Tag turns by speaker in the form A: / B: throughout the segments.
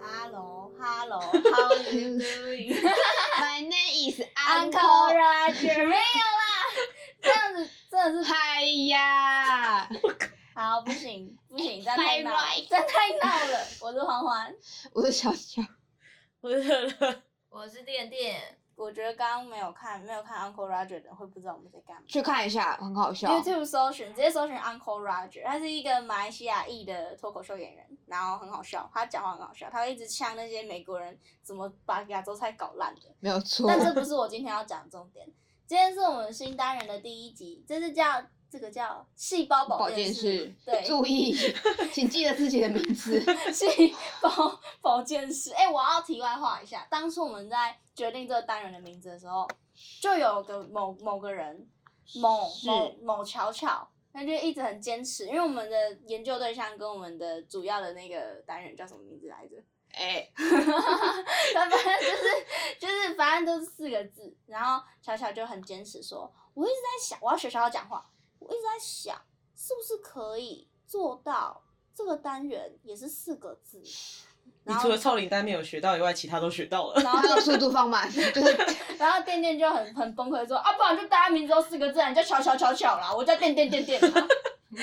A: Hello, hello, how are you doing? My name is
B: Uncle
A: Uncle.
B: Roger 没有啦，这样子真的是
A: 嗨呀！好，不行，不行，这样太闹了，
B: Hi, right
A: 这样太闹了。我是欢欢，
C: 我是小乔，
D: 我热了，
B: 我是电电
A: 我觉得刚刚没有看，没有看 Uncle Roger 的人会不知道我们在干嘛。
C: 去看一下，很好笑。
A: YouTube 搜寻，直接搜寻 Uncle Roger，他是一个马来西亚裔的脱口秀演员，然后很好笑，他讲话很好笑，他会一直呛那些美国人怎么把亚洲菜搞烂的。
C: 没有错。
A: 但这不是我今天要讲的重点，今天是我们新单元的第一集，这是叫这个叫细胞保
C: 保
A: 健
C: 健
A: 室
C: 室，，
A: 对，
C: 注意，请记得自己的名字。
A: 细胞保健室。哎、我要题外话一下，当初我们在决定这个单元的名字的时候，就有个某某个人，某
C: 是
A: 某某巧巧，他就一直很坚持，因为我们的研究对象跟我们的主要的那个单元叫什么名字来着？
C: 哎，
A: 反正就是就是反正都是四个字，然后巧巧就很坚持说，我一直在想，我要学小巧讲话，我一直在想是不是可以做到这个单元也是四个字，
D: 你
A: 然后
D: 除了超龄单没有学到以外，其他都学 到了。
A: 然后
C: 他的速度放慢，就是
A: 然后店店就很很崩溃说啊，不然就大家名字都四个字啊，你叫巧巧巧巧啦，我叫店店店店啦。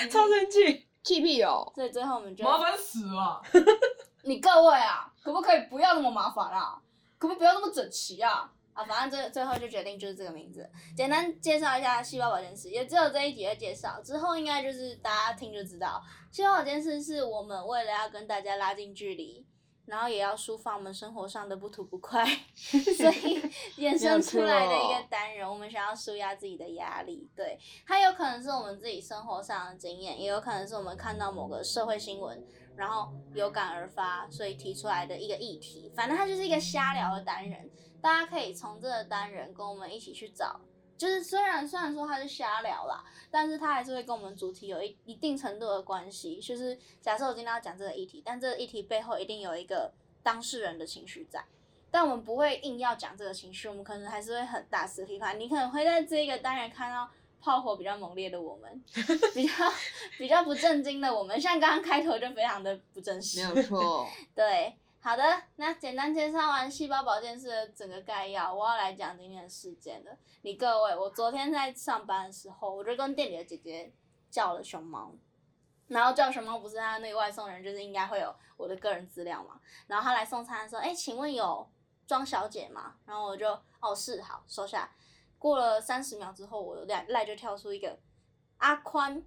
D: 超生气！
C: G P 哦，
A: 所以最后我们就
B: 麻烦死了，
A: 你各位啊，可不可以不要那么麻烦啊？可不可以不要那么整齐啊？啊，反正最最后就决定就是这个名字。简单介绍一下细胞保健室，也只有这一集的介绍，之后应该就是大家听就知道。细胞保健室是我们为了要跟大家拉近距离，然后也要抒发我们生活上的不吐不快，所以衍生出来的一个单元，我们想要舒压自己的压力。对，它有可能是我们自己生活上的经验，也有可能是我们看到某个社会新闻，然后有感而发，所以提出来的一个议题。反正它就是一个瞎聊的单元，大家可以从这个单元跟我们一起去找。就是虽然虽然说它是瞎聊啦，但是它还是会跟我们主题有一一定程度的关系。就是假设我今天要讲这个议题，但这个议题背后一定有一个当事人的情绪在。但我们不会硬要讲这个情绪，我们可能还是会很大肆批判。你可能会在这个单元看到炮火比较猛烈的我们，比较 比较不正经的我们，像刚刚开头就非常的不正式。
C: 没有错。
A: 对，好的，那简单介绍完细胞保健室的整个概要，我要来讲今天的事件了。你各位，我昨天在上班的时候，我就跟店里的姐姐叫了熊猫，然后叫熊猫不是他那个外送人，就是应该会有我的个人资料嘛。然后他来送餐的时候，哎，请问有庄小姐吗？然后我就哦是好收下。过了三十秒之后，我赖赖就跳出一个阿宽。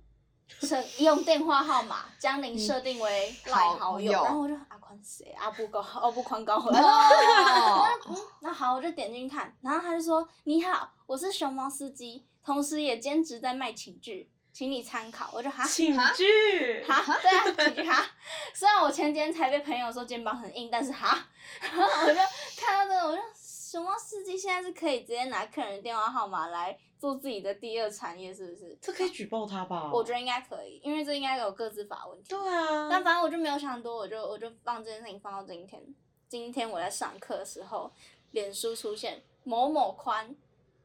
A: 是用电话号码将您设定为赖好
C: 好
A: 友，
C: 友
A: 然后我就阿宽谁？阿布高，哦阿布宽高。 然后
C: 哦，
A: 那好，我就点进去看，然后他就说：“你好，我是熊猫司机，同时也兼职在卖寝具，请你参考。”我就哈
D: 请剧，
A: 哈，对啊，寝具哈。虽然我前几天才被朋友说肩膀很硬，但是哈，然后我就看到这个，我就熊猫司机现在是可以直接拿客人的电话号码来做自己的第二产业，是不是？
D: 这可以举报他吧？
A: 我觉得应该可以，因为这应该有各自法问题。
D: 对啊，
A: 但反正我就没有想多，我就我就放这件事情放到今天。今天我在上课的时候，脸书出现某某宽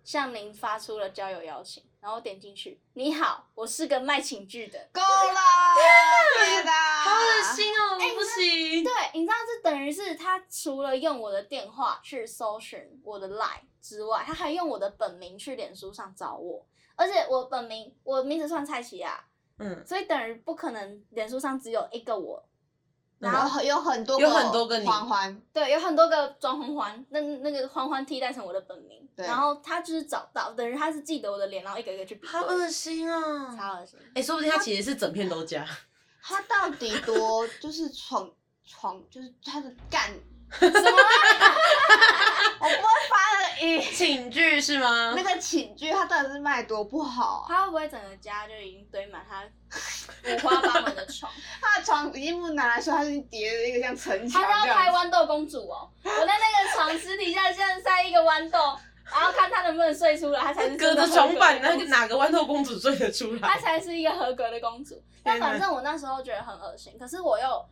A: 向您发出了交友邀请，然后我点进去，你好，我是个卖寝具的。
C: 够了，天哪，
D: 好
C: 啊
D: 恶！心哦，我不行。
A: 对，你知道这等于是他除了用我的电话去搜寻我的 line 之外，他还用我的本名去脸书上找我，而且我本名我名字算蔡奇亚，
D: 嗯，
A: 所以等于不可能脸书上只有一个我，
C: 然后有很多
D: 有很多个你
C: 环环，
A: 对，有很多个装欢欢，那那个欢欢替代成我的本名，
C: 对
A: 然后他就是找到，等于他是记得我的脸，然后一个一个去比
D: 好
A: 对，
D: 恶心啊！
A: 超恶心。
D: 哎，说不定他其实是整片都加，
C: 他到底多就是闯闯，就是他的 干，我不会发的音。
D: 请剧是吗
C: 那个寝具它到底是卖多不好啊？
A: 他会不会整个家就已经堆满他五花八门的 床？
C: 他的床已经不拿来说，他是叠了一个像城墙
A: 他
C: 这
A: 是要
C: 样
A: 拍
C: 子。
A: 豌豆公主哦！我在那个床尸底下现在塞一个豌豆，然后看他能不能睡出来，他才是
D: 隔
A: 真的
D: 着
A: 合
D: 床
A: 格
D: 板，
A: 的
D: 那
A: 公
D: 个
A: 主
D: 哪个豌豆公主睡得出
A: 她
D: 来？
A: 才是一个合格的公主。但
D: 天哪
A: 反正我那时候觉得很恶心，可是我又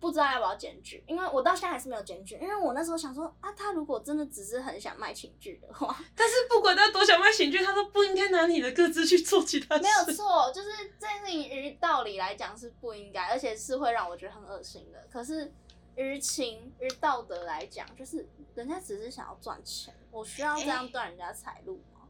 A: 不知道要不要检举，因为我到现在还是没有检举，因为我那时候想说啊，他如果真的只是很想卖情剧的话，
D: 但是不管他多想卖刑具，他都不应该拿你的个资去做其他事。
A: 没有错，就是这件事情于道理来讲是不应该，而且是会让我觉得很恶心的。可是于情于道德来讲，就是人家只是想要赚钱，我需要这样断人家财路吗？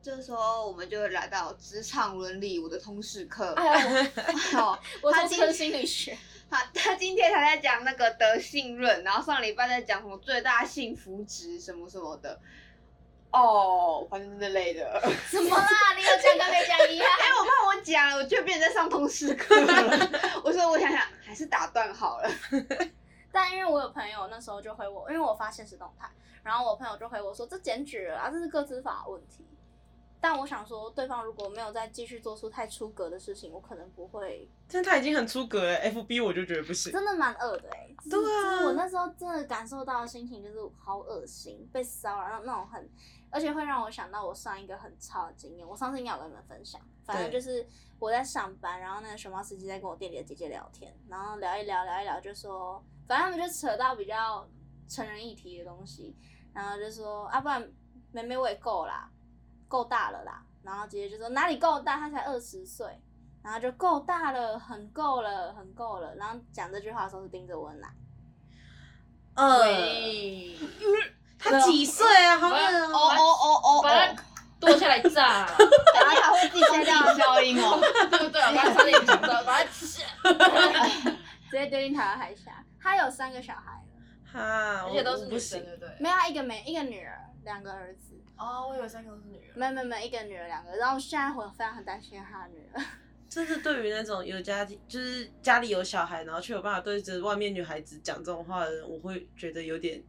C: 这时候我们就来到职场伦理我的通识课。
A: 哎呀，
C: 哦，
A: 我 我
C: 他
A: 从
C: 今
A: 科心理学，
C: 他他今天才在讲那个德性论，然后上礼拜在讲什么最大幸福值什么什么的。哦，反正那类的。哎，
A: 怎么啦？你有讲跟没讲一样？
C: 我怕我讲了，我就变成在上通识课了。我说我想想，还是打断好了。
A: 但因为我有朋友那时候就回我，因为我发现实动态，然后我朋友就回我说这检举了啊，这是个资法问题。但我想说，对方如果没有再继续做出太出格的事情，我可能不会
D: 但他已经很出格了，FB 我就觉得不行。
A: 真的蛮恶的哎、欸。
D: 嗯对啊
A: 就是我那时候真的感受到的心情就是好恶心，被骚扰，然后那种很，而且会让我想到我上一个很差的经验。我上次应该有跟你们分享，反正就
D: 对
A: 是我在上班，然后那个熊猫司机在跟我店里的姐姐聊天，然后聊一聊聊一聊，就说，反正他们就扯到比较成人议题的东西，然后就说啊，不然妹妹我也够啦，够大了啦。然后姐姐就说哪里够大，她才二十岁。然后就够大了，很够了，很够了。然后讲这句话的时候是盯着我的奶，
D: 呃，他几岁啊？好恶
B: 哦
D: 哦。
C: 哦哦
B: 把它剁下来炸了，
C: 然后他会自己先自己消音 哦。
B: 对不对？我刚差点讲到，把它吃，
A: 直接丢进台湾海峡。她有三个小孩了，
D: 哈，
B: 而
D: 我
B: 且都是
D: 哦我
B: 女
D: 不
B: 生，
D: 行。
B: 对不对？
A: 没有啊一个妹，一个女儿，两个儿子，
B: 哦，我以为三个都是女人。
A: 没有没有没有一个女儿，两个。然后现在我非常很担心她的女儿，
D: 就是对于那种有家庭，就是家里有小孩，然后却有办法对着外面女孩子讲这种话的人，我会觉得有点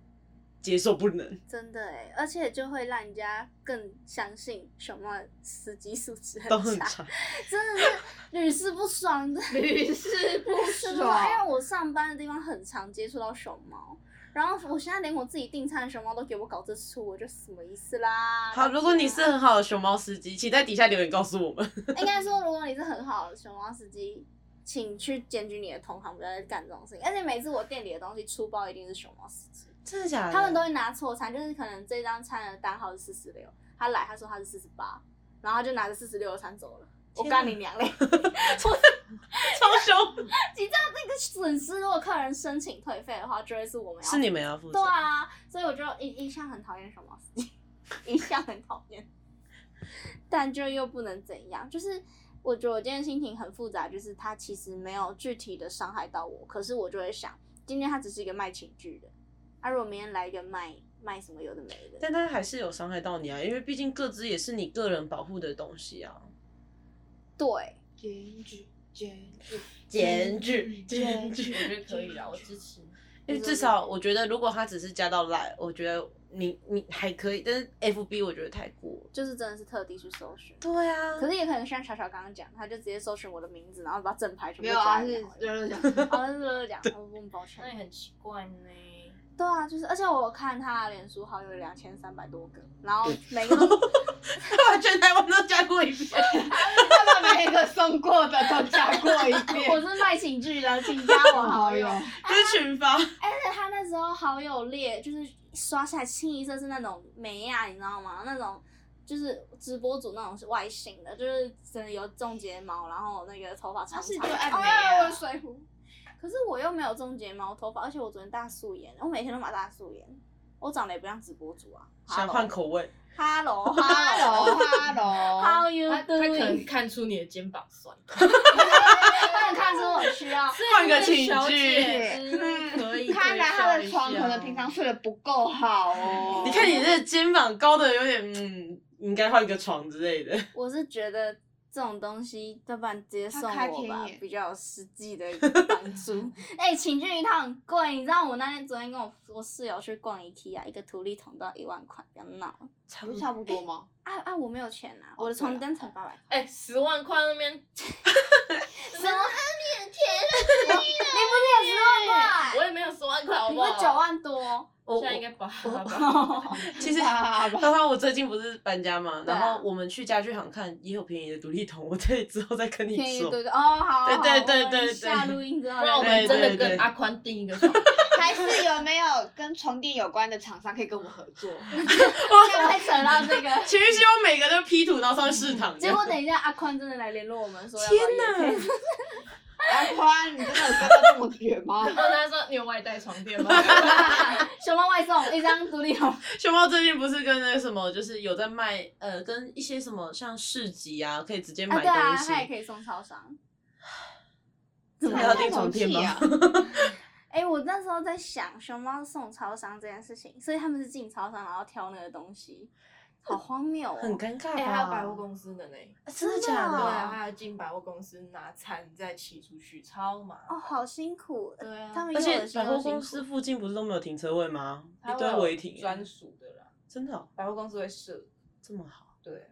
D: 接受不能。
A: 真的哎，而且就会让人家更相信熊猫司机素质
D: 都很
A: 很差，
D: 长，
A: 真的是屡试不爽 的。
B: 女士不
A: 是啊的，因为我上班的地方很常接触到熊猫，然后我现在连我自己订餐的熊猫都给我搞这出，我就什么意思啦？
D: 好，如果你是很好的熊猫司机，请在底下留言告诉我们。
A: 应该说，如果你是很好的熊猫司机，请去检举你的同行，不要再干这种事情。而且每次我店里的东西出包一定是熊猫司机，
D: 真的假的？
A: 他们都会拿错餐，就是可能这张餐的单号是四十六，他来他说他是四十八，然后他就拿着四十六的餐走了。我
D: 天哪
A: 干你娘嘞！
D: 超 凶，
A: 你知道那个损失，如果客人申请退费的话，就会是我们要
D: 是你们要负责。
A: 对啊，所以我就一一向很讨厌熊猫司机，一向很讨厌， 但就又不能怎样。就是我觉得我今天心情很复杂，就是他其实没有具体的伤害到我，可是我就会想，今天他只是一个卖情绪的，啊，如果明天来一个卖卖什么有的没的，
D: 但他还是有伤害到你啊，因为毕竟各自也是你个人保护的东西啊。
A: 对，
C: 检举检举
D: 检举检
B: 我
D: 举
B: 觉 得可以啦，啊我支持。
D: 因为至少我觉得，如果他只是加到赖，我觉得你你还可以，但是 F B 我觉得太过了。
A: 就是真的是特地去搜寻。
D: 对啊
A: 可是也可能像小小刚刚讲，他就直接搜寻我的名字，然后把正牌全部
C: 没有
A: 加
C: 啊，是
A: 进
C: 热
A: 来。
C: 热讲。
A: 好像是讲，我问抱歉
B: 那。也很奇怪呢。
A: 对啊，就是，而且我看他的脸书好友两千三百多个，然后每个 都
D: 他把全台湾都加过一遍，
C: 他把每一个送过的都加过一
A: 我
C: 遍。
A: 是卖情剧的，请加我好友。而
D: 就是群发。
A: 且他那时候好友列就是刷下来清一色是那种美亚，你知道吗？那种就是直播主那种是外形的，就是真的有种睫毛，然后那个头发长
C: 他是
A: 长
C: 就爱
A: 的。
C: 美
A: 哎
C: 啊
A: 我的水壶。可是我又没有种睫毛头发，而且我昨天大素颜，我每天都把大素颜，我长得也不像直播主啊。
D: 想换口味，
A: Hello，Hello，Hello。
C: Hello，Hello，
A: How you
B: 他
A: doing？
B: 他可能看出你的肩膀酸。
A: 他能看出我需要。
D: 换个情
B: 小
D: 绪。
B: 姐嗯可以。
C: 看来他的床可能平常睡得不够好哦。
D: 你看你这肩膀高的有点，嗯，应该换个床之类的。
A: 我是觉得这种东西，要不然直接送
C: 他开
A: 我
C: 天
A: 吧
C: 眼，
A: 比较有实际的帮助。哎、情趣一套很贵，你知道我那天昨天跟我我室友去逛 IKEA，一个土力桶都要一万块，不要闹。
D: 差
C: 不是差不多吗？
A: 啊啊！我没有钱啊，
C: 哦
A: 我的
C: 对
A: 床
C: 了
A: 单才八百块。
B: 哎，十万块那边，
A: 什么？你有钱？你不是有十万块？
B: 我也没有十万块，好
A: 你
B: 不
A: 不
B: 好？
A: 是九万多？
D: 我
B: 现在
D: 我
B: 应该把它吧。
A: 哦
D: 其实
C: 爸爸
D: 花花，我最近不是搬家嘛，
A: 对啊
D: 然后我们去家具行看也有便宜的独立桶，我这之后再跟你
A: 便宜
D: 说。
A: 对对哦，好好，
D: 对对
A: 好
D: 对
A: 我们
D: 对
A: 下
D: 对
A: 录音之后
B: 不
A: 再
B: 然
A: 聊，
B: 我们真的
D: 对对
B: 跟阿宽定一个房，
C: 还是有没有跟床垫有关的厂商可以跟我们合作？
A: 现在扯到这个。
D: 其实希望每个都 P 图，然后上市场。
A: 结果等一下阿宽真的来联络我们说，
D: 天哪！
C: 阿宽，啊你真的有跟到这么绝 吗？
B: 然后他说你有外带床垫吗？
A: 哪！熊猫外送一张独立桶，
D: 熊猫最近不是跟那个什么，就是有在卖呃，跟一些什么像市集啊，可以直接
A: 啊
D: 买
A: 对啊，
D: 东
A: 它也
D: 西。
A: 可以送超商。
D: 还要订床垫吗？
A: 哎、我那时候在想熊猫送超商这件事情，所以他们是进超商然后挑那个东西，好荒谬哦！
D: 很尴尬
B: 哎，还有百货
D: 吧？
B: 公司的呢。
D: 啊真的假
A: 真的
B: 对啊，
D: 的？
B: 还有进百货公司拿餐再骑出去，超麻
A: 哦，
B: 烦。
A: 好辛苦。
B: 对啊，
A: 他们
D: 而
A: 用
D: 且
A: 的心
D: 百
A: 都
D: 货
A: 辛
D: 公
A: 苦
D: 司附近不是都没有停车位吗？
B: 它
D: 一
B: 会
D: 堆
B: 有
D: 违停，
B: 专属的啦，
D: 真的哦
B: 百货公司会设。
D: 这么好？
B: 对，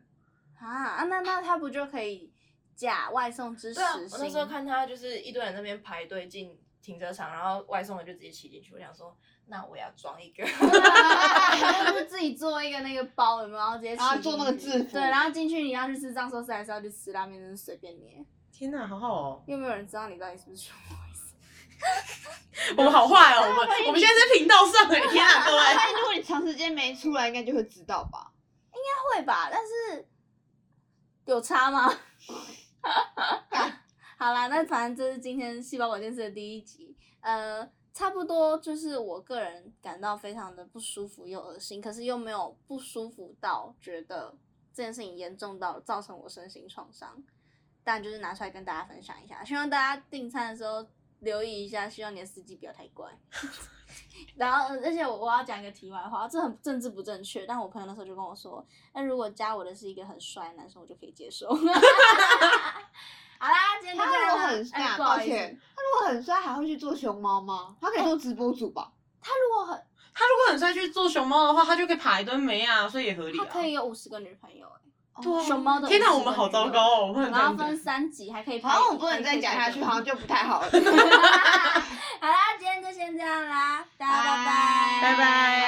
A: 啊啊，那那他不就可以假外送之
B: 对啊，
A: 实
B: 我
A: 薪？
B: 那时候看他就是一堆人在那边排队进停车场，然后外送的就直接骑进去。我想说，那我也要装一个。
A: 就是自己做一个那个包，有没有？然后直接
C: 然后
A: 骑进
C: 做那个
A: 去
C: 制服
A: 对，然后进去你要去吃藏寿司，还是要去吃拉面，就是随便你，
D: 天哪，好好哦！
A: 又没有人知道你到底是不是熊猫。
D: 我们好坏哦，我们我们现在在频道上哎，天 哪，各位！
C: 但如果你长时间没出来，应该就会知道吧？
A: 会吧，但是有差吗？ 好啦，那反正这是今天细胞保健室的第一集，呃，差不多就是我个人感到非常的不舒服又恶心，可是又没有不舒服到觉得这件事情严重到造成我身心创伤，但就是拿出来跟大家分享一下，希望大家订餐的时候留意一下，希望你的司机不要太乖。 然后，而且我我要讲一个题外话，这很政治不正确，但我朋友那时候就跟我说，那如果加我的是一个很帅的男生，我就可以接受。 好啦，今天就
C: 他
A: 这
C: 如
A: 样
C: 果
A: 啦。
C: 很帅，
A: 哎不
C: 抱
A: 好意思，哦
C: 歉，他如果很帅，还会去做熊猫吗？他可以做直播主吧？
A: 如果很，
D: 他如果很帅去做熊猫的话，他就可以爬一堆煤啊，所以也合理
A: 他
D: 啊。
A: 可以有五十个女朋友、欸，
D: 对
C: 哦
D: 啊
A: 熊猫的。
D: 天哪，我们好糟糕。哦，我们很
A: 然后
D: 尴
A: 分
D: 尬。
A: 三集，哦还可以拍。
C: 好像我不能再讲下去，好像就不 太好了。
A: 好啦，今天就先这样啦，大家拜拜，
D: 拜拜。